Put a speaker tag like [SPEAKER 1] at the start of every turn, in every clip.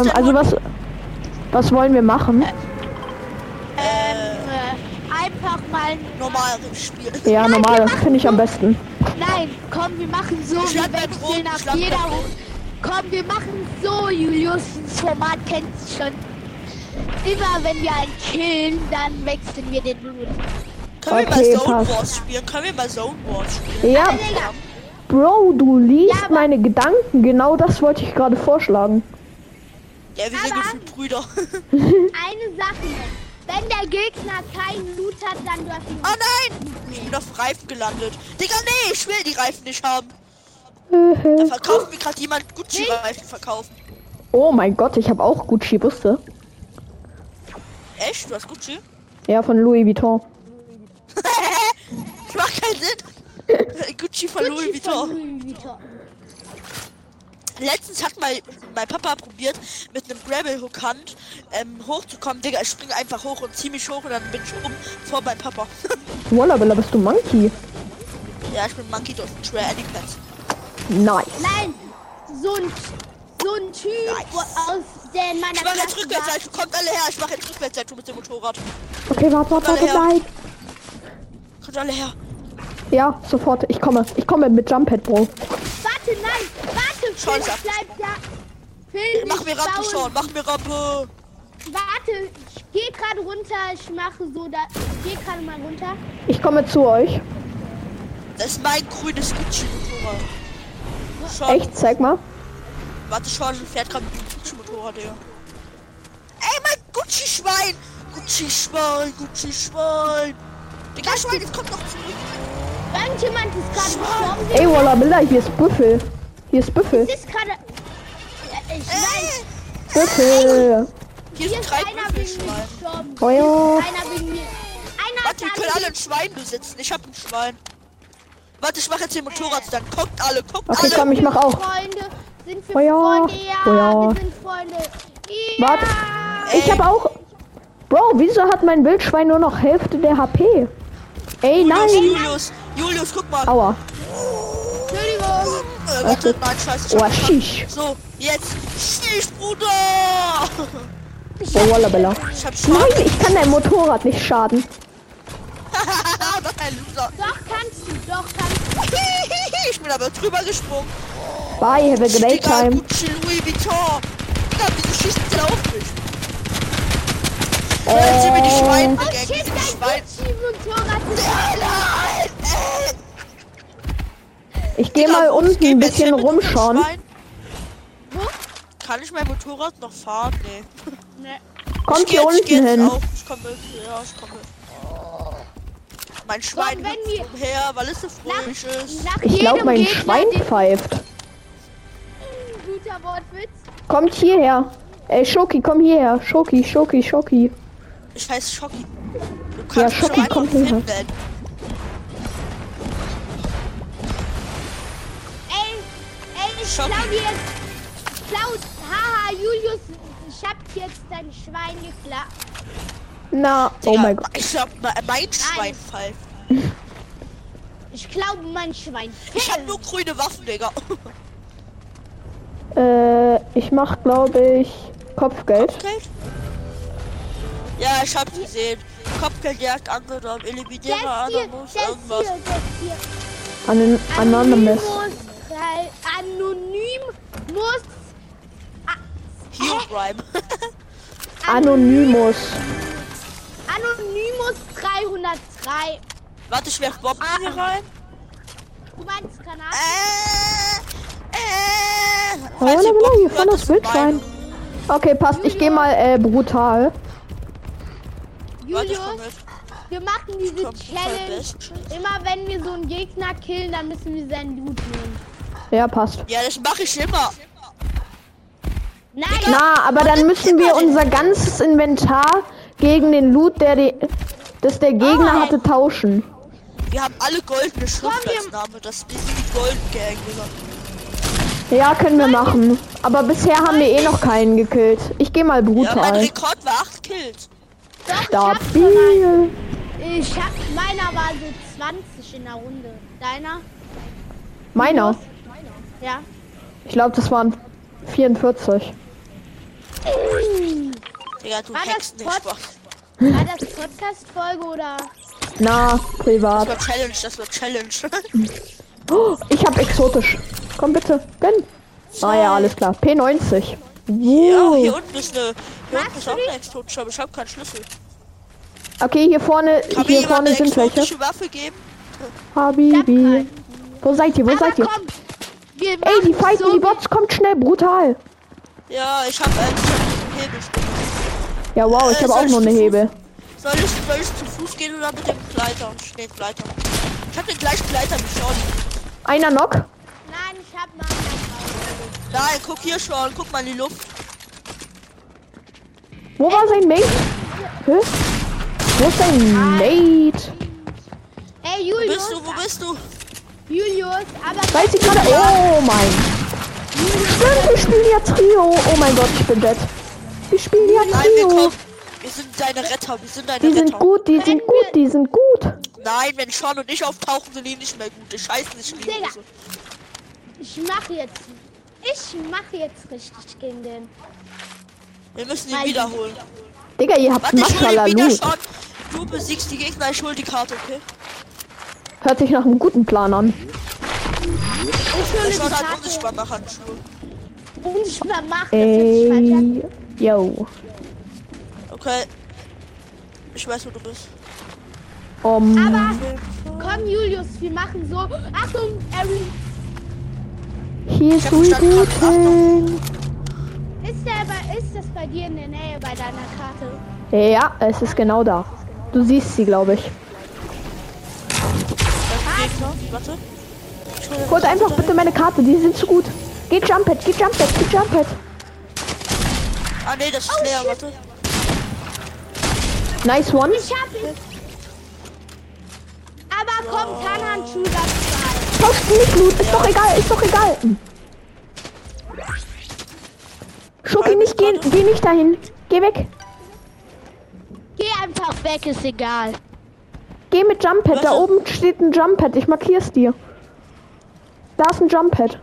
[SPEAKER 1] Ähm, Also was, was wollen wir machen?
[SPEAKER 2] Ähm, äh, einfach mal.
[SPEAKER 3] Normales Spiel.
[SPEAKER 1] Ja, normal, das finde ich am besten.
[SPEAKER 2] Nein, komm, wir machen so, wir
[SPEAKER 3] Schlappert
[SPEAKER 2] wechseln
[SPEAKER 3] rot,
[SPEAKER 2] nach
[SPEAKER 3] Schlappert
[SPEAKER 2] jeder
[SPEAKER 3] rot.
[SPEAKER 2] Runde. Komm, wir machen so, Julius, das Format kennst du schon. Immer wenn wir einen killen, dann wechseln wir den Blut.
[SPEAKER 3] Können
[SPEAKER 1] Okay,
[SPEAKER 3] wir mal Zone
[SPEAKER 1] passt.
[SPEAKER 3] Wars spielen? Können wir mal Zone Wars spielen?
[SPEAKER 1] Ja,
[SPEAKER 2] Äh, Digga,
[SPEAKER 1] Bro, du
[SPEAKER 2] Ja,
[SPEAKER 1] liest
[SPEAKER 2] aber-
[SPEAKER 1] meine Gedanken. Genau das wollte ich gerade vorschlagen.
[SPEAKER 3] Ja, wir sind
[SPEAKER 2] Aber-
[SPEAKER 3] gefühlt Brüder.
[SPEAKER 2] eine Sache. Wenn der Gegner keinen Loot hat, dann darf ihn.
[SPEAKER 3] Oh nein! Ich bin auf dem Reifen gelandet. Digga, nee, ich will die Reifen nicht haben.
[SPEAKER 1] Äh,
[SPEAKER 3] Da verkauft mir gerade jemand Gucci-Reifen verkaufen.
[SPEAKER 1] Oh mein Gott, ich habe auch Gucci, wusste.
[SPEAKER 3] Echt? Du hast Gucci?
[SPEAKER 1] Ja, von Louis Vuitton.
[SPEAKER 3] Ich mach keinen Sinn. Gucci von Louis
[SPEAKER 2] Gucci von
[SPEAKER 3] Vuitton.
[SPEAKER 2] Louis Vuitton.
[SPEAKER 3] Letztens hat mein, mein Papa probiert, mit einem Gravel Hook Hand ähm, hochzukommen. Digga, ich springe einfach hoch und zieh mich hoch und dann bin ich um vor meinem Papa.
[SPEAKER 1] Wallabella, bist du Monkey?
[SPEAKER 3] ja, ich bin Monkey Dot Trail Anypads.
[SPEAKER 1] Nice.
[SPEAKER 2] Nein, so ein, so ein Typ
[SPEAKER 3] Nice.
[SPEAKER 2] aus der in meiner
[SPEAKER 3] Ich mach jetzt
[SPEAKER 2] Klasse war.
[SPEAKER 3] Rückwärtsseite, kommt alle her. Ich mach jetzt Rückwärtsseite mit dem Motorrad.
[SPEAKER 1] Okay, warte, warte, warte,
[SPEAKER 3] Ja.
[SPEAKER 1] nein.
[SPEAKER 3] Kommt alle her.
[SPEAKER 1] Ja, sofort. Ich komme. Ich komme mit Jumppad, Bro.
[SPEAKER 2] Warte, nein, warte,
[SPEAKER 3] Schau,
[SPEAKER 2] Phil,
[SPEAKER 3] ich hab-
[SPEAKER 2] bleib da. Phil,
[SPEAKER 3] Mach mir
[SPEAKER 2] ich
[SPEAKER 3] Rampe
[SPEAKER 2] baue-
[SPEAKER 3] schon, mach mir Rampe.
[SPEAKER 2] Warte, ich geh gerade runter, ich mache so da. Ich geh gerade mal runter.
[SPEAKER 1] Ich komme zu euch.
[SPEAKER 3] Das ist mein grünes Gucci-Motorrad. Schau,
[SPEAKER 1] Echt, zeig mal.
[SPEAKER 3] warte, schau, sie fährt gerade mit dem Gucci-Motorrad, Digga. Ey, mein Gucci-Schwein! Gucci-Schwein, Gucci-Schwein. Digga, Schwein, jetzt kommt noch zurück.
[SPEAKER 2] Irgendjemand ist gerade gestorben.
[SPEAKER 1] Ey, Wallabella, hier ist Büffel. Hier ist Büffel.
[SPEAKER 2] Es ist gerade. Ja, Ich
[SPEAKER 1] Äh,
[SPEAKER 2] weiß,
[SPEAKER 1] Büffel.
[SPEAKER 3] Hier
[SPEAKER 2] hier
[SPEAKER 3] sind
[SPEAKER 2] ist
[SPEAKER 3] drei
[SPEAKER 2] einer wegen mir
[SPEAKER 3] Büffelschweine.
[SPEAKER 2] gestorben.
[SPEAKER 1] Oh ja.
[SPEAKER 2] Einer wegen mir. Einer
[SPEAKER 3] Warte, wir
[SPEAKER 2] hat
[SPEAKER 3] können
[SPEAKER 2] alle-
[SPEAKER 3] alle ein Schwein besitzen. Ich hab ein Schwein. Warte, ich mache jetzt den
[SPEAKER 2] Äh.
[SPEAKER 3] Motorradstand. Guckt alle, guckt
[SPEAKER 1] Okay,
[SPEAKER 3] alle.
[SPEAKER 1] komm, ich mach auch.
[SPEAKER 2] Freunde, sind wir
[SPEAKER 1] Oh ja.
[SPEAKER 2] Freunde? Ja,
[SPEAKER 1] Oh ja.
[SPEAKER 2] wir sind Freunde. Ja.
[SPEAKER 1] Warte. Ich habe auch. Bro, wieso hat mein Wildschwein nur noch Hälfte der HP? Ey,
[SPEAKER 3] Julius,
[SPEAKER 1] nein.
[SPEAKER 3] Julius, Julius, guck mal.
[SPEAKER 1] Aua.
[SPEAKER 2] Entschuldigung.
[SPEAKER 3] Äh, warte, nein, scheiße. ich
[SPEAKER 1] Oh,
[SPEAKER 3] hab verkackt.
[SPEAKER 1] shish.
[SPEAKER 3] So, jetzt. Schieß, Bruder.
[SPEAKER 1] Oh, Wallabella.
[SPEAKER 3] Ich hab Schwein.
[SPEAKER 1] Nein, ich kann dein Motorrad nicht schaden.
[SPEAKER 3] Haha, was ein Loser.
[SPEAKER 2] Doch kannst du, doch kannst
[SPEAKER 3] ich bin aber drüber gesprungen.
[SPEAKER 1] Bye, have a great
[SPEAKER 3] Digga,
[SPEAKER 1] Also, time.
[SPEAKER 3] Gucci, Louis Vuitton. Digga, wieso schießen die auf mich? Jetzt sind wir die
[SPEAKER 1] Äh,
[SPEAKER 3] Schweine.
[SPEAKER 2] du. Oh
[SPEAKER 3] Digga,
[SPEAKER 2] shit,
[SPEAKER 3] die
[SPEAKER 2] dein
[SPEAKER 3] Schweine.
[SPEAKER 2] Gucci-Motorrad ist
[SPEAKER 3] Nein, ey.
[SPEAKER 1] ich gehe
[SPEAKER 3] Digga,
[SPEAKER 1] mal
[SPEAKER 3] wo es
[SPEAKER 1] unten
[SPEAKER 3] geht,
[SPEAKER 1] ein
[SPEAKER 3] wer zählt
[SPEAKER 1] bisschen
[SPEAKER 3] mit dem
[SPEAKER 1] rumschauen.
[SPEAKER 3] Schwein? Wo? Kann ich mein Motorrad noch fahren? Nee.
[SPEAKER 1] Kommt
[SPEAKER 3] ich geh
[SPEAKER 1] hier
[SPEAKER 3] jetzt- ich geh
[SPEAKER 1] unten
[SPEAKER 3] jetzt
[SPEAKER 1] hin.
[SPEAKER 3] Auf. Ich komme mit. Ja, ich komme mit. Oh. Mein Schwein
[SPEAKER 2] Komm, wenn
[SPEAKER 3] hüpft
[SPEAKER 2] wir-
[SPEAKER 3] umher, weil es so fröhlich ist.
[SPEAKER 2] Nach
[SPEAKER 1] Ich glaube,
[SPEAKER 2] jedem
[SPEAKER 1] mein
[SPEAKER 2] Gegner,
[SPEAKER 1] Schwein
[SPEAKER 2] den-
[SPEAKER 1] pfeift.
[SPEAKER 2] Guter Wortwitz.
[SPEAKER 1] Kommt hierher. Ey, Schoki, komm hierher. Schoki, Schoki, Schoki.
[SPEAKER 3] Ich heiße Schocki. Du kannst
[SPEAKER 1] Ja,
[SPEAKER 3] mich
[SPEAKER 1] Schocki
[SPEAKER 3] doch einfach
[SPEAKER 1] kommt hierher.
[SPEAKER 3] finden.
[SPEAKER 2] Ey, ey, ich
[SPEAKER 3] Schocki.
[SPEAKER 2] klau dir jetzt. ich Klau, haha, Julius, ich hab dir jetzt dein Schwein geklaut.
[SPEAKER 1] Na, oh
[SPEAKER 3] Digga,
[SPEAKER 1] mein Gott.
[SPEAKER 3] Ich hab me- mein Schwein
[SPEAKER 2] Nein.
[SPEAKER 3] pfeift.
[SPEAKER 2] Ich glaube, mein Schwein.
[SPEAKER 3] Ich hab nur grüne Waffen, Digga.
[SPEAKER 1] Äh, ich mach, glaube ich, Kopfgeld.
[SPEAKER 3] Kopfgeld? Ja, ich hab's gesehen. Kopfgeldjagd angenommen.
[SPEAKER 2] Das
[SPEAKER 3] Eliminiere
[SPEAKER 2] hier,
[SPEAKER 3] Animus,
[SPEAKER 2] das hier,
[SPEAKER 3] irgendwas.
[SPEAKER 2] das hier.
[SPEAKER 1] Anon Anonymous.
[SPEAKER 2] äh, Anonym muss.
[SPEAKER 3] Hero Prime.
[SPEAKER 1] Anonymous.
[SPEAKER 2] Anonymous 303.
[SPEAKER 3] Warte, ich werf Bomben hier
[SPEAKER 2] Ah.
[SPEAKER 3] rein.
[SPEAKER 2] Du meinst Granaten?
[SPEAKER 3] Äh, äh.
[SPEAKER 1] Oh, ja,
[SPEAKER 3] Falls
[SPEAKER 1] na,
[SPEAKER 3] ihr
[SPEAKER 1] genau,
[SPEAKER 3] Bock
[SPEAKER 1] hier
[SPEAKER 3] habt,
[SPEAKER 1] vorne das
[SPEAKER 3] ist
[SPEAKER 1] Bild
[SPEAKER 3] meine.
[SPEAKER 1] rein. Okay, passt. Ich gehe mal äh, brutal.
[SPEAKER 3] Warte, ich komm
[SPEAKER 2] Julius,
[SPEAKER 3] mit.
[SPEAKER 2] wir machen
[SPEAKER 3] Ich
[SPEAKER 2] diese
[SPEAKER 3] komm,
[SPEAKER 2] Challenge.
[SPEAKER 3] voll best.
[SPEAKER 2] Immer wenn wir so einen Gegner killen, dann müssen wir seinen Blut nehmen.
[SPEAKER 1] Ja, passt.
[SPEAKER 3] Ja, das mache ich immer.
[SPEAKER 2] Nein,
[SPEAKER 1] Na, aber dann müssen wir unser ganzes Inventar gegen den Loot, der die, das der
[SPEAKER 3] Oh.
[SPEAKER 1] Gegner hatte, tauschen.
[SPEAKER 3] Wir haben alle goldene Schrift
[SPEAKER 2] wir-
[SPEAKER 3] als Name. Das ist die Golden Gang, Digga.
[SPEAKER 1] Ja, können wir machen. Aber bisher haben wir eh noch keinen gekillt. Ich gehe mal
[SPEAKER 3] Ja, mein
[SPEAKER 1] brutal.
[SPEAKER 3] Rekord war 8 Kills.
[SPEAKER 2] doch, ich hab's bereit.
[SPEAKER 1] Stabil.
[SPEAKER 2] Ich hab, meiner war so 20 in der Runde. Deiner?
[SPEAKER 1] Meiner.
[SPEAKER 2] Ja.
[SPEAKER 1] Ich glaube, das waren 44.
[SPEAKER 3] Digga, du
[SPEAKER 2] War das
[SPEAKER 3] hackst den
[SPEAKER 2] Pod-
[SPEAKER 3] Sport.
[SPEAKER 2] War das Podcast-Folge oder?
[SPEAKER 1] Na,
[SPEAKER 3] Das
[SPEAKER 1] privat.
[SPEAKER 3] war Challenge, das war Challenge.
[SPEAKER 1] Oh, ich hab exotisch. Komm bitte, Ben. Ah ja, alles klar. P90.
[SPEAKER 3] ja, hier
[SPEAKER 1] Wow.
[SPEAKER 3] unten ist eine. Hier unten ist
[SPEAKER 2] du
[SPEAKER 3] auch eine exotische, aber ich hab keinen Schlüssel.
[SPEAKER 1] Okay, hier vorne,
[SPEAKER 3] Kann mir
[SPEAKER 1] hier
[SPEAKER 3] jemand
[SPEAKER 1] vorne
[SPEAKER 3] eine
[SPEAKER 1] sind welche.
[SPEAKER 3] exotische Waffe geben?
[SPEAKER 1] Habibi. Wo seid ihr? Wo
[SPEAKER 2] Aber
[SPEAKER 1] seid ihr?
[SPEAKER 2] komm, wir
[SPEAKER 1] Ey, die
[SPEAKER 2] machen
[SPEAKER 1] fighten
[SPEAKER 2] so
[SPEAKER 1] die Bots. Kommt schnell, brutal.
[SPEAKER 3] Ja, ich hab einen ich hab einen Hebel.
[SPEAKER 1] Ja, wow, ich
[SPEAKER 3] Äh,
[SPEAKER 1] habe auch
[SPEAKER 3] soll
[SPEAKER 1] nur
[SPEAKER 3] ich
[SPEAKER 1] eine
[SPEAKER 3] zu Fuß-
[SPEAKER 1] Hebel.
[SPEAKER 3] Soll ich, soll ich zu Fuß gehen oder mit dem Gleiter? Nee, Gleiter. Ich hab den gleichen Gleiter wie Sean.
[SPEAKER 1] Einer Knock.
[SPEAKER 2] Nein, ich hab noch einen.
[SPEAKER 3] Nein, guck hier schon, guck mal in die Luft.
[SPEAKER 1] Wo war sein Mate? Hä? Wo ist sein Mate?
[SPEAKER 3] Wo
[SPEAKER 2] Ey, Julius.
[SPEAKER 3] bist du, wo bist du?
[SPEAKER 2] Julius, aber
[SPEAKER 1] Weiß ich gerade.
[SPEAKER 3] Ah.
[SPEAKER 1] Oh mein. Stimmt, wir spielen ja Trio. Oh mein Gott, ich bin dead. Wir spielen ja
[SPEAKER 3] Nein, wir
[SPEAKER 1] Trio.
[SPEAKER 3] kommen. Wir sind deine Retter, wir sind deine
[SPEAKER 1] Die
[SPEAKER 3] Retter.
[SPEAKER 1] sind gut, die sind gut, die sind gut.
[SPEAKER 3] Nein, wenn Sean und ich auftauchen, sind die nicht mehr gut. Ich scheiße nicht in die
[SPEAKER 2] Digga.
[SPEAKER 3] Hose.
[SPEAKER 2] ich mach jetzt. Ich mach jetzt richtig gegen den.
[SPEAKER 3] Wir müssen
[SPEAKER 2] Weil
[SPEAKER 3] ihn
[SPEAKER 2] die-
[SPEAKER 3] wiederholen.
[SPEAKER 1] Digga, ihr habt
[SPEAKER 3] Warte, ich hol ihn wieder,
[SPEAKER 1] Maschalalu.
[SPEAKER 3] Sean. Du besiegst die Gegner, ich hol die Karte, okay?
[SPEAKER 1] Hört sich nach einem guten Plan an.
[SPEAKER 2] Ich hole
[SPEAKER 3] Der
[SPEAKER 2] die
[SPEAKER 3] Sean hat
[SPEAKER 2] Karte.
[SPEAKER 3] Unsichtbarmachhandschuhe.
[SPEAKER 2] Unsichtbar machen. Das wird nicht weiter.
[SPEAKER 1] Ey. Yo.
[SPEAKER 3] Okay. Ich weiß, wo du bist.
[SPEAKER 1] Um.
[SPEAKER 2] Aber komm, Julius, wir machen so. Achtung, Aaron.
[SPEAKER 1] Here's we go. King.
[SPEAKER 2] Ist, der bei, ist das bei dir in der Nähe bei deiner Karte?
[SPEAKER 1] Ja, es ist genau da. Du siehst sie, glaube ich.
[SPEAKER 3] Da ist ein Gegner. Warte. Ich hol den
[SPEAKER 1] Holt
[SPEAKER 3] Karte
[SPEAKER 1] einfach bitte meine Karte, die sind zu gut. Geht Jumphead, geht Jumphead, geht Jumphead.
[SPEAKER 3] Ah nee, das ist leer,
[SPEAKER 2] Oh, shit.
[SPEAKER 3] warte.
[SPEAKER 1] Nice one.
[SPEAKER 2] Ich hab ihn. Aber komm, Tarnhandschuh, das war.
[SPEAKER 1] Tauscht nicht Loot, ist doch egal, ist doch egal. Hm. Schoki, nicht gehen, geh nicht dahin. Geh weg.
[SPEAKER 2] Geh einfach weg, ist egal.
[SPEAKER 1] Geh mit Jumphead, da
[SPEAKER 3] Was?
[SPEAKER 1] oben steht ein Jumphead, ich markier's dir. Da ist ein Jumphead.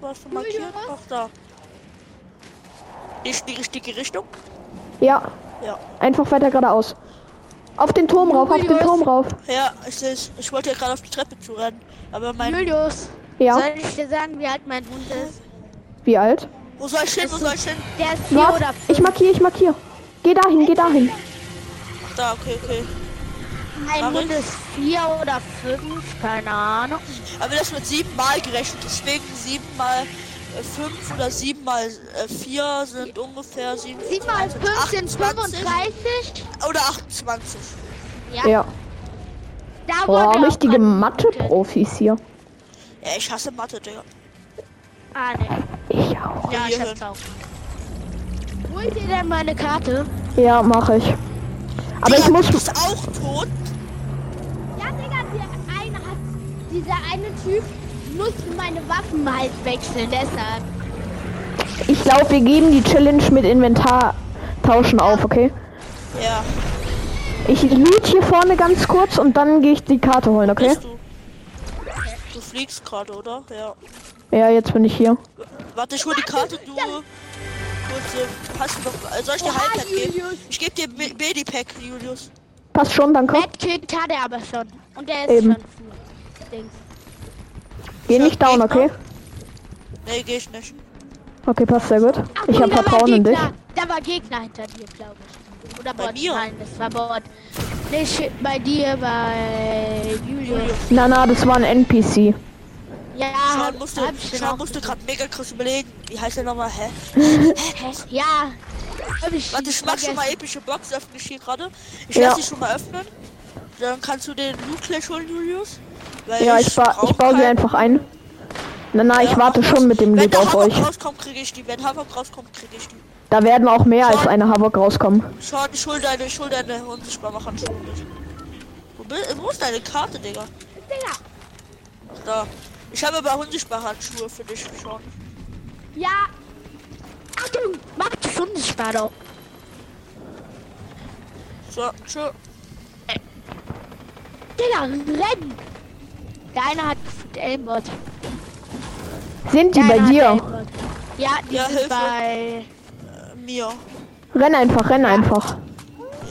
[SPEAKER 3] Warst du markiert?
[SPEAKER 2] Julius?
[SPEAKER 3] Ach da. Nicht die richtige Richtung?
[SPEAKER 1] Ja,
[SPEAKER 3] Ja.
[SPEAKER 1] einfach weiter geradeaus. Auf den Turm rauf, auf den Turm rauf.
[SPEAKER 3] Ja, ich seh's. Ich wollte ja gerade auf die Treppe zu rennen. Aber mein.
[SPEAKER 2] Julius,
[SPEAKER 1] Ja,
[SPEAKER 2] soll ich dir sagen, wie alt mein Hund ist?
[SPEAKER 1] wie alt?
[SPEAKER 3] Wo soll ich hin? Wo soll ich hin?
[SPEAKER 2] Der ist vier
[SPEAKER 1] Warte,
[SPEAKER 2] oder
[SPEAKER 1] ich markiere, ich markiere. Geh dahin, geh dahin.
[SPEAKER 3] Ach da, okay, okay.
[SPEAKER 2] Mein Hund ist vier oder fünf, keine Ahnung.
[SPEAKER 3] Aber das wird siebenmal gerechnet. Deswegen siebenmal äh, fünf oder siebenmal äh, vier sind ungefähr sieben.
[SPEAKER 2] Sieben mal fünf sind 35.
[SPEAKER 3] Oder 28.
[SPEAKER 2] Ja,
[SPEAKER 1] Ja. genau.
[SPEAKER 2] da
[SPEAKER 1] Boah,
[SPEAKER 2] wurde auch
[SPEAKER 1] richtige
[SPEAKER 2] mal-
[SPEAKER 1] Mathe-Profis hier.
[SPEAKER 3] Ja, ich hasse Mathe, Digga.
[SPEAKER 2] Ah, nee.
[SPEAKER 1] Ich auch.
[SPEAKER 2] Ja, ich hab's auch. Holt ihr denn meine Karte?
[SPEAKER 1] Ja, mache ich. Aber
[SPEAKER 3] Digga,
[SPEAKER 1] ich muss.
[SPEAKER 3] Du bist auch tot.
[SPEAKER 2] Ja, Digga, der eine hat, dieser eine Typ musste meine Waffen halt wechseln, deshalb.
[SPEAKER 1] Ich glaube, wir geben die Challenge mit Inventar tauschen auf, okay?
[SPEAKER 3] Ja,
[SPEAKER 1] Ich loot hier vorne ganz kurz und dann gehe ich die Karte holen, okay?
[SPEAKER 3] bist du. Du fliegst gerade, oder? Ja.
[SPEAKER 1] Ja, jetzt bin ich hier.
[SPEAKER 3] Warte, ich hol die Karte, du. Kurz, äh, pass doch. äh, Soll ich dir
[SPEAKER 2] Oha,
[SPEAKER 3] Heilpack geben?
[SPEAKER 2] Julius.
[SPEAKER 3] Ich gebe dir B- Medipack, Julius.
[SPEAKER 1] Passt schon, danke.
[SPEAKER 2] Medkit hat er aber schon. Und der ist
[SPEAKER 1] Eben.
[SPEAKER 2] schon full. Dings.
[SPEAKER 1] Geh nicht down, okay?
[SPEAKER 3] Nee, geh ich nicht.
[SPEAKER 1] Okay, passt sehr gut. Ich
[SPEAKER 2] Achtung,
[SPEAKER 1] habe
[SPEAKER 2] da war
[SPEAKER 1] Vertrauen in dich.
[SPEAKER 2] Gegner. Da war Gegner hinter dir, glaube ich. Oder
[SPEAKER 3] Bei
[SPEAKER 2] Bot.
[SPEAKER 3] mir?
[SPEAKER 2] Nein, das war Bot. Nicht bei dir, bei Julius.
[SPEAKER 1] Na, na, das war ein NPC.
[SPEAKER 2] Ja,
[SPEAKER 3] Sean
[SPEAKER 2] hab,
[SPEAKER 3] musste,
[SPEAKER 2] Ah, hab ich genau schon
[SPEAKER 3] Sean
[SPEAKER 2] auch.
[SPEAKER 3] musste gerade mega krass überlegen. Wie heißt der nochmal? Hä?
[SPEAKER 2] Ja. Hab ich
[SPEAKER 3] Warte, ich mach schon
[SPEAKER 2] vergessen.
[SPEAKER 3] mal epische Box, öffne ich hier gerade. Ich
[SPEAKER 1] Ja.
[SPEAKER 3] lass sie schon mal öffnen. Dann kannst du den Loot gleich holen, Julius. Weil
[SPEAKER 1] Ja, ich, ba ich
[SPEAKER 3] brauch
[SPEAKER 1] baue sie
[SPEAKER 3] keinen-
[SPEAKER 1] einfach ein. Na, na, ich
[SPEAKER 3] Ja,
[SPEAKER 1] warte
[SPEAKER 3] mach
[SPEAKER 1] schon
[SPEAKER 3] das.
[SPEAKER 1] mit dem Loot
[SPEAKER 3] Wenn
[SPEAKER 1] auf
[SPEAKER 3] der Havok
[SPEAKER 1] euch.
[SPEAKER 3] rauskommt, kriege ich die. Wenn Havok rauskommt, kriege ich die.
[SPEAKER 1] Da werden auch mehr als
[SPEAKER 3] Sean.
[SPEAKER 1] eine Havok rauskommen.
[SPEAKER 3] Sean, ich hol deine, ich hol deine unsichtbar machen. Wo, bi- wo ist deine Karte, Digga?
[SPEAKER 2] Digga.
[SPEAKER 3] Da. Ich habe aber unsichtbare Handschuhe für dich schon.
[SPEAKER 2] Ja. Achtung, mach die Stundenspar doch.
[SPEAKER 3] So, tschö.
[SPEAKER 2] Digga, renn. Der eine hat gefühlt Elmbot.
[SPEAKER 1] Sind die
[SPEAKER 2] Der
[SPEAKER 1] bei
[SPEAKER 2] eine hat
[SPEAKER 1] dir?
[SPEAKER 2] Aimbot. Ja, die
[SPEAKER 3] Ja,
[SPEAKER 2] sind
[SPEAKER 3] Hilfe.
[SPEAKER 2] bei...
[SPEAKER 3] Äh, Mio.
[SPEAKER 1] Renn einfach, renn einfach.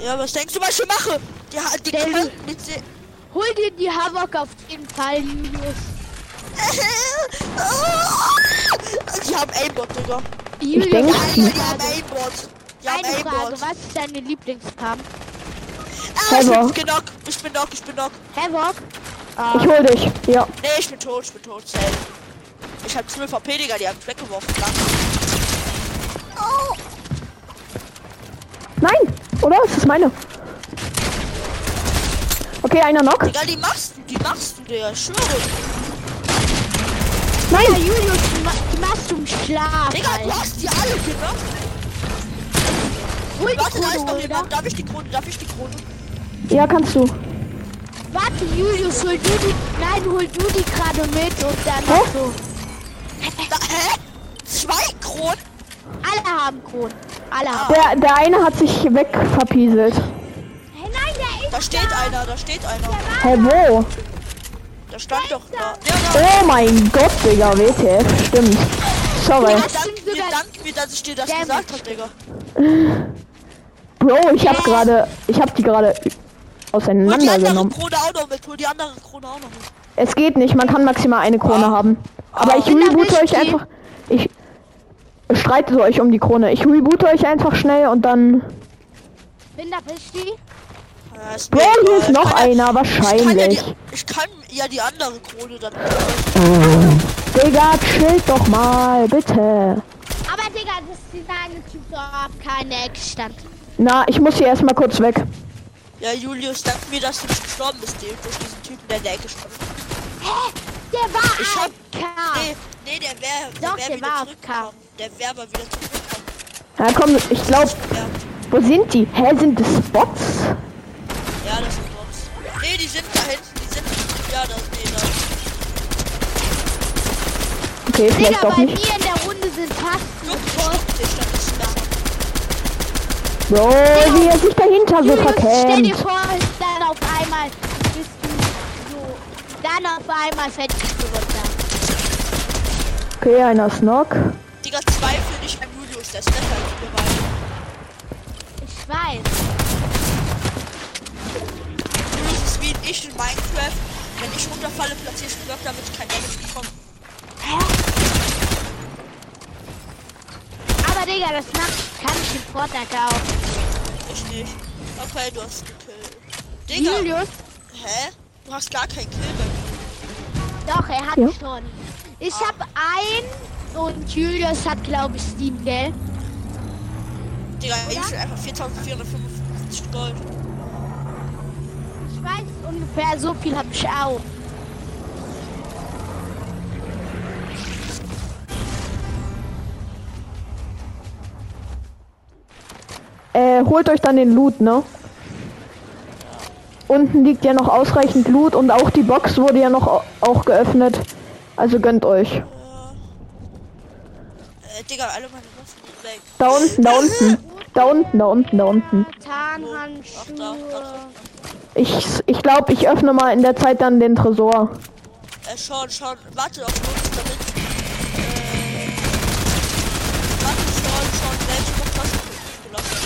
[SPEAKER 3] Ja, was denkst du, was ich hier mache? Die, Ha- die
[SPEAKER 2] Der-
[SPEAKER 3] Knarren, die Se-
[SPEAKER 2] Hol dir die Havok auf jeden Fall, Julius.
[SPEAKER 3] Ah! Die haben Aimbot, Digga.
[SPEAKER 2] Julius,
[SPEAKER 1] denk-
[SPEAKER 2] eine
[SPEAKER 3] Alter, die haben
[SPEAKER 2] Frage.
[SPEAKER 3] Aimbot. Die haben
[SPEAKER 2] Eine Frage,
[SPEAKER 3] Aimbot.
[SPEAKER 2] was ist deine Lieblingspump?
[SPEAKER 3] Ah, ich bin
[SPEAKER 1] Havoc.
[SPEAKER 3] genockt. Ich bin knock, ich bin knock.
[SPEAKER 2] Havok?
[SPEAKER 1] Ich hol dich. Ja.
[SPEAKER 3] Nee, ich bin tot, ich bin tot, safe. Ich hab 12 HP, Digga, die haben mich weggeworfen. Danke. Oh,
[SPEAKER 1] Nein! Oder? Es ist meine. Okay, einer noch.
[SPEAKER 3] Digga, die machst du, die machst du, Digga, ich schwöre.
[SPEAKER 2] Ja,
[SPEAKER 1] Nein!
[SPEAKER 2] Julius, die ma- die machst du im Schlaf.
[SPEAKER 3] Digga, du
[SPEAKER 2] Alter.
[SPEAKER 3] hast die alle genockt.
[SPEAKER 2] Hol die
[SPEAKER 3] Warte, da ist
[SPEAKER 2] Krone,
[SPEAKER 3] noch
[SPEAKER 2] oder?
[SPEAKER 3] jemand. Darf ich die Krone, darf ich die Krone?
[SPEAKER 1] Ja, kannst du.
[SPEAKER 2] Warte, Julius, hol du die. Nein, hol du die gerade mit und dann
[SPEAKER 1] Hä?
[SPEAKER 2] machst du.
[SPEAKER 3] Da, hä? Zwei Kronen?
[SPEAKER 2] Alle haben Kronen. Alle haben.
[SPEAKER 1] Der, der eine hat sich wegverpieselt. Hä,
[SPEAKER 2] Hey, nein, der ist
[SPEAKER 3] Ah. Da steht einer, da steht einer.
[SPEAKER 1] wo?
[SPEAKER 3] Da stand doch da. Ja, da.
[SPEAKER 1] Oh mein Gott, Digga, WTF. Stimmt. Sorry.
[SPEAKER 3] Mir
[SPEAKER 2] Das
[SPEAKER 3] dank,
[SPEAKER 2] sind
[SPEAKER 3] mir
[SPEAKER 2] sogar-
[SPEAKER 3] dank mir, dass ich dir das
[SPEAKER 2] Damage.
[SPEAKER 3] gesagt hab, Digga.
[SPEAKER 1] Bro, ich hab gerade. Ich hab die gerade
[SPEAKER 3] Und die andere
[SPEAKER 1] auseinandergenommen.
[SPEAKER 3] Krone auch noch mit, hol die andere Krone auch noch mit.
[SPEAKER 1] Es geht nicht, man kann maximal eine Krone
[SPEAKER 2] Ah.
[SPEAKER 1] haben. Aber ich
[SPEAKER 2] Will er
[SPEAKER 1] reboote
[SPEAKER 2] nicht
[SPEAKER 1] euch
[SPEAKER 2] gehen?
[SPEAKER 1] einfach. Ich streite euch um die Krone. Ich reboote euch einfach schnell und dann.
[SPEAKER 2] Bin da Pisti?
[SPEAKER 3] Ja, ist
[SPEAKER 1] Bro,
[SPEAKER 3] mir
[SPEAKER 1] hier
[SPEAKER 3] egal.
[SPEAKER 1] ist noch
[SPEAKER 3] Ich Äh, kann ja-
[SPEAKER 1] einer,
[SPEAKER 3] Ich kann, ja
[SPEAKER 1] wahrscheinlich.
[SPEAKER 3] die, ich kann ja die andere Krone dann.
[SPEAKER 1] Digga, chillt doch mal, bitte.
[SPEAKER 2] Aber Digga, das Design tut überhaupt keine Eckstand.
[SPEAKER 1] Na, ich muss hier erstmal kurz weg.
[SPEAKER 3] Ja, Julius, dank mir, dass du nicht gestorben bist, Dave, durch diesen Typen, der in der Ecke stand.
[SPEAKER 2] Hä? Der war
[SPEAKER 3] Ich
[SPEAKER 2] ich
[SPEAKER 3] hab-
[SPEAKER 2] AFK.
[SPEAKER 3] Nee, nee, der wäre
[SPEAKER 2] Ah. Doch,
[SPEAKER 3] der wär
[SPEAKER 2] der
[SPEAKER 3] wieder
[SPEAKER 2] war
[SPEAKER 3] zurückgekommen. Der wäre aber wieder zurückgekommen.
[SPEAKER 1] Na komm, ich glaub,
[SPEAKER 3] Ja,
[SPEAKER 1] wo sind die? Hä, sind das Bots?
[SPEAKER 3] ja, das sind Bots. Nee, die sind da hinten, die sind. Ja, das, nee, das.
[SPEAKER 1] Okay, vielleicht
[SPEAKER 2] Digga,
[SPEAKER 1] doch
[SPEAKER 2] bei
[SPEAKER 1] nicht.
[SPEAKER 2] mir in der Runde sind fast nur
[SPEAKER 3] Guck, ich
[SPEAKER 2] Boss.
[SPEAKER 3] guck dich, das ist nah.
[SPEAKER 1] Bro, wie er sich dahinter so
[SPEAKER 2] Julius, stell dir
[SPEAKER 1] verkämmt.
[SPEAKER 2] vor, dann auf einmal bist du so. Dann auf einmal fällt die Tür runter.
[SPEAKER 1] Okay, einer ist knock.
[SPEAKER 3] Digga, zweifel nicht an Julius, der ist besser als wir beide.
[SPEAKER 2] Ich weiß.
[SPEAKER 3] Julius ist wie ich in Minecraft. Wenn ich runterfalle, platziere ich einen Block, damit ich kein Damage bekomme.
[SPEAKER 2] Aber Digga, das macht, kann ich im Fortnite auch.
[SPEAKER 3] Ich nicht. Okay, du hast gekillt. Digga,
[SPEAKER 2] Julius?
[SPEAKER 3] hä? Du hast gar keinen Kill bei mir.
[SPEAKER 2] Doch, er hat
[SPEAKER 1] Ja.
[SPEAKER 2] schon. Ich hab ein und Julius hat, glaube ich, sieben, gell?
[SPEAKER 3] Digga,
[SPEAKER 2] Oder?
[SPEAKER 3] ich bin einfach 4455 Gold.
[SPEAKER 2] Ich weiß ungefähr so viel habe ich auch.
[SPEAKER 1] Äh, holt euch dann den Loot, ne? Unten liegt ja noch ausreichend Loot und auch die Box wurde ja noch au- auch geöffnet. Also gönnt euch.
[SPEAKER 3] Äh, Digga, alle meine Waffen sind weg.
[SPEAKER 1] Da unten, da unten. Da unten, da unten, da unten.
[SPEAKER 3] Ach, da, da.
[SPEAKER 2] Tarnhandschuhe.
[SPEAKER 1] Ich, ich glaube, ich öffne mal in der Zeit dann den Tresor.
[SPEAKER 3] Äh, schon, schon. Warte auf uns, damit. Äh, warte, schon, schon. Welche Box hast du übrig gelassen?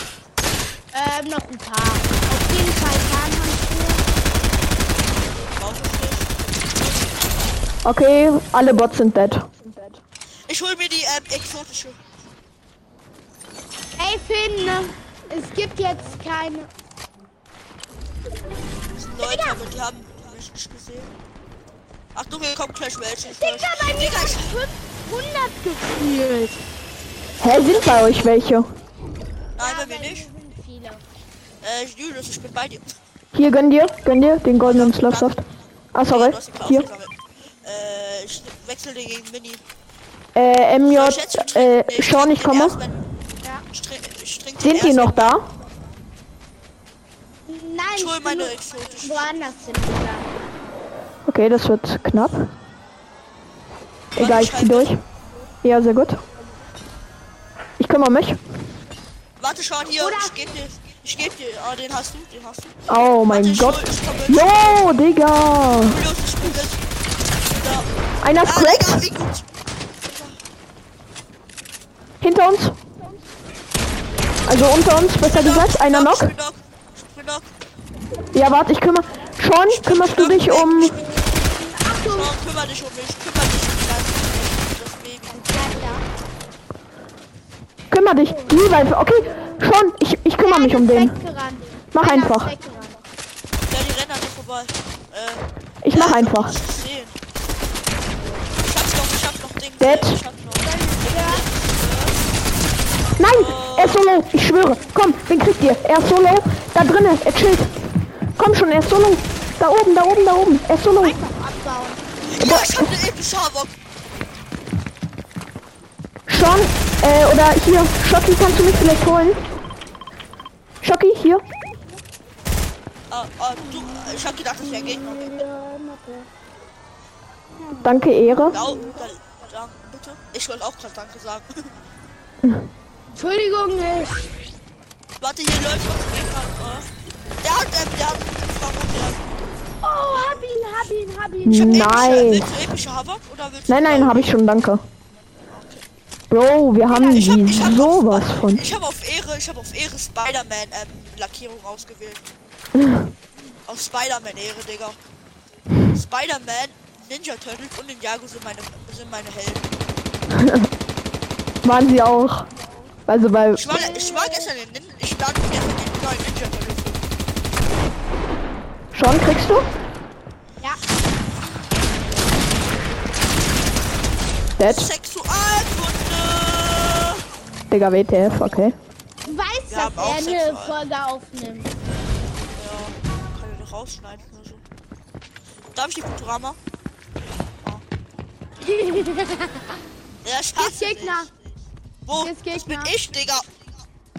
[SPEAKER 2] Ähm, noch ein paar. Auf jeden Fall Tarnhandschuhe.
[SPEAKER 3] Brauch ich
[SPEAKER 1] Okay,
[SPEAKER 3] nicht.
[SPEAKER 1] alle Bots sind dead.
[SPEAKER 3] Ich hol mir die ähm, exotische.
[SPEAKER 2] Hey Finn, ne? es gibt jetzt keine.
[SPEAKER 3] Das sind Leute, aber die haben mich nicht gesehen. Ach du, hier kommt gleich welche. Ich
[SPEAKER 2] Digga,
[SPEAKER 3] weiß.
[SPEAKER 2] bei mir
[SPEAKER 3] Digga,
[SPEAKER 2] ist
[SPEAKER 3] ich
[SPEAKER 2] 500 gefühlt.
[SPEAKER 1] Hä, sind bei euch welche?
[SPEAKER 3] Nein, bei
[SPEAKER 2] bei
[SPEAKER 3] mir
[SPEAKER 2] mir
[SPEAKER 3] nicht.
[SPEAKER 2] sind viele.
[SPEAKER 3] Äh, Julius, ich bin bei dir.
[SPEAKER 1] Hier, gönn dir, gönn dir den goldenen Slurfsaft. Ah, sorry.
[SPEAKER 3] Du hast ihn gerade
[SPEAKER 1] Hier.
[SPEAKER 3] aufgesammelt. Äh, ich wechsle dir gegen Mini.
[SPEAKER 1] Äh, MJ,
[SPEAKER 3] So, ich schätze, ich
[SPEAKER 1] äh,
[SPEAKER 3] trinke-
[SPEAKER 1] Sean,
[SPEAKER 3] ich trinke
[SPEAKER 1] ich
[SPEAKER 3] den
[SPEAKER 1] komme.
[SPEAKER 3] erst, wenn-
[SPEAKER 2] Ja.
[SPEAKER 3] Ich trinke- ich trinke den
[SPEAKER 1] Sind die
[SPEAKER 3] erst,
[SPEAKER 1] noch
[SPEAKER 3] wenn-
[SPEAKER 1] da?
[SPEAKER 2] Nein,
[SPEAKER 3] Ich hol
[SPEAKER 2] bin
[SPEAKER 3] meine
[SPEAKER 2] nur
[SPEAKER 3] exotische.
[SPEAKER 2] Woanders hin, Digga.
[SPEAKER 1] Okay, das wird knapp. Egal, ich zieh durch. Ja, sehr gut. Ich kümmere mich.
[SPEAKER 3] Warte, Sean, hier.
[SPEAKER 2] Oder-
[SPEAKER 3] Ich geb dir. Ich geb dir. Ah, den hast du. Den hast du.
[SPEAKER 1] Oh mein
[SPEAKER 3] Warte,
[SPEAKER 1] Gott.
[SPEAKER 3] Ich, hol- ich komme.
[SPEAKER 1] Yo, Digga.
[SPEAKER 3] Julius, ich bin jetzt. Da.
[SPEAKER 1] Einer ist
[SPEAKER 3] Ah,
[SPEAKER 1] cracked.
[SPEAKER 3] Digga, wie gut.
[SPEAKER 1] Hinter uns. Also unter uns, besser gesagt, einer
[SPEAKER 3] Knock,
[SPEAKER 1] noch.
[SPEAKER 3] Knock, Knock,
[SPEAKER 1] Ja, warte, ich kümmere. Schon kümmerst du
[SPEAKER 3] Knock,
[SPEAKER 1] dich
[SPEAKER 3] Knock,
[SPEAKER 1] um.
[SPEAKER 3] Knock.
[SPEAKER 2] Achtung!
[SPEAKER 3] Schau, kümmer dich um mich, kümmer dich um mich. Deswegen.
[SPEAKER 2] Ja, klar.
[SPEAKER 1] Kümmere dich. Lieber einfach. Okay, schon. Ich, ich kümmere mich um
[SPEAKER 2] Einer ist
[SPEAKER 1] den.
[SPEAKER 2] weggerannt.
[SPEAKER 1] Mach
[SPEAKER 2] Einer ist
[SPEAKER 1] einfach.
[SPEAKER 2] weggerannt.
[SPEAKER 3] Ja, die rennen an dir vorbei. Äh,
[SPEAKER 1] Ich mach einfach.
[SPEAKER 3] ich sehen. Ich hab's noch, ich hab's noch Ding.
[SPEAKER 1] Dead.
[SPEAKER 3] Ich hab's noch.
[SPEAKER 1] Nein, er ist solo. Ich schwöre. Komm, den kriegt ihr. Er ist solo. Da drinnen. Er chillt. Komm schon, er ist solo. Da oben, da oben, da oben. Er ist solo.
[SPEAKER 2] Einfach abbauen.
[SPEAKER 3] Ja, ich hab eine epische Havoc.
[SPEAKER 1] Schon. Äh, oder hier. Schocki, kannst du mich vielleicht holen? Schocki, hier.
[SPEAKER 3] Ah, ah, du, äh, ich hab gedacht, das wäre Gegner.
[SPEAKER 1] Danke, Ehre.
[SPEAKER 3] Da, oben, da, da, bitte. Ich wollte auch gerade Danke sagen.
[SPEAKER 2] Entschuldigung, ich.
[SPEAKER 3] Warte, hier läuft was im Gegner. äh. Der hat, ähm, der hat, der hat, der
[SPEAKER 2] Oh, hab ihn, hab ihn, hab ihn.
[SPEAKER 3] hat.
[SPEAKER 1] Nein.
[SPEAKER 3] Willst du epische Havoc oder willst du...
[SPEAKER 1] Nein, nein, habe ich schon, danke. Bro, wir haben
[SPEAKER 3] Ich hab,
[SPEAKER 1] die
[SPEAKER 3] ich hab
[SPEAKER 1] sowas
[SPEAKER 3] auf,
[SPEAKER 1] von.
[SPEAKER 3] Ich habe auf Ehre, ich habe auf Ehre Spider-Man ähm, Lackierung ausgewählt. auf Spider-Man Ehre, Digga. Spider-Man, Ninja Turtles und Ninjago sind meine sind meine Helden.
[SPEAKER 1] Waren sie auch. Also bei.
[SPEAKER 3] Ich war, ich war gestern in Nin ich war gestern den neuen Ninja Turtles.
[SPEAKER 1] Schon kriegst du?
[SPEAKER 2] Ja.
[SPEAKER 1] Dead.
[SPEAKER 3] Sexualkunde!
[SPEAKER 1] Digga, WTF, okay.
[SPEAKER 2] Du weißt,
[SPEAKER 3] Wir haben auch
[SPEAKER 2] dass er eine
[SPEAKER 3] Sexual.
[SPEAKER 2] Folge aufnimmt.
[SPEAKER 3] Ja, kann ich nicht rausschneiden oder so. Darf ich die Futurama? Ja, ich hasse
[SPEAKER 2] Jetzt Gegner.
[SPEAKER 3] dich. Wo?
[SPEAKER 2] Jetzt
[SPEAKER 3] Das bin
[SPEAKER 2] Gegner.
[SPEAKER 3] ich, Digga.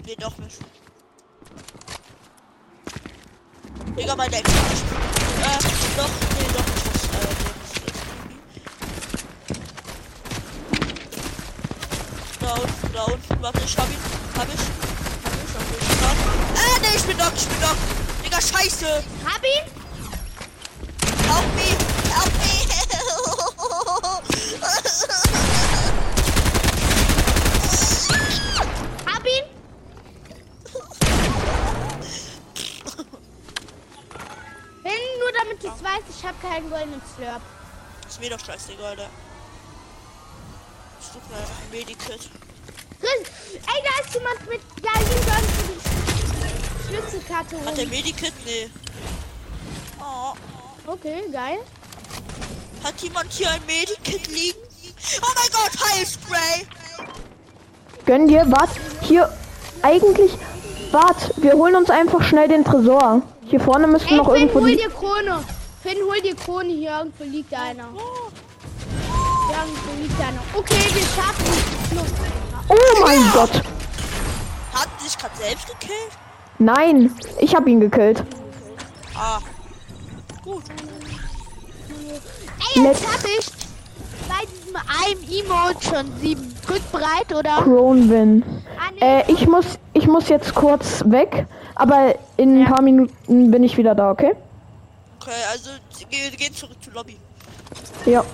[SPEAKER 3] Nee, doch nicht. Digga, mein Deck. Äh, doch, nee, doch nicht. Das, äh, das, das. Da unten, da unten. Warte, ich hab ihn. Hab ich. Hab ich, hab ich. Hab. Äh, nee, ich bin doch, ich bin doch. Digga, scheiße.
[SPEAKER 2] Hab ihn?
[SPEAKER 3] Help me! Help me!
[SPEAKER 2] Hab ihn? Wenn nur damit du es weißt, ich hab keinen goldenen Slurp.
[SPEAKER 3] Ist mir doch scheißegal, Alter. Ich such mal ein Medikit.
[SPEAKER 2] Chris, Ey, da ist jemand mit geilen Gun- Schlüsselkarte
[SPEAKER 3] Hat der
[SPEAKER 2] rum.
[SPEAKER 3] Medikit? Nee. Oh.
[SPEAKER 2] Okay, geil.
[SPEAKER 3] Hat jemand hier ein Medikit liegen? Oh mein Gott, Heilspray!
[SPEAKER 1] Gönn dir, wart. Hier, eigentlich. Wart, wir holen uns einfach schnell den Tresor. Hier vorne müssten
[SPEAKER 2] Ey,
[SPEAKER 1] noch
[SPEAKER 2] Finn,
[SPEAKER 1] irgendwo
[SPEAKER 2] hol
[SPEAKER 1] die.
[SPEAKER 2] dir Krone. Finn, hol dir Krone. Hier irgendwo liegt einer. Hier irgendwo liegt einer. Okay, wir schaffen es. Los.
[SPEAKER 1] Oh mein Gott!
[SPEAKER 3] Hat sich gerade selbst gekillt?
[SPEAKER 1] Nein, ich hab ihn gekillt.
[SPEAKER 3] Ah. Gut.
[SPEAKER 2] Ey,
[SPEAKER 1] Let's-
[SPEAKER 2] jetzt hab ich bei diesem einem Emote schon sieben. Drück breit, oder?
[SPEAKER 1] Kronwin.
[SPEAKER 2] Ah, nee.
[SPEAKER 1] Äh, ich muss, ich muss jetzt kurz weg, aber in ein paar Minuten bin ich wieder da, okay?
[SPEAKER 3] Okay, also wir gehen zurück zur Lobby.
[SPEAKER 1] Ja.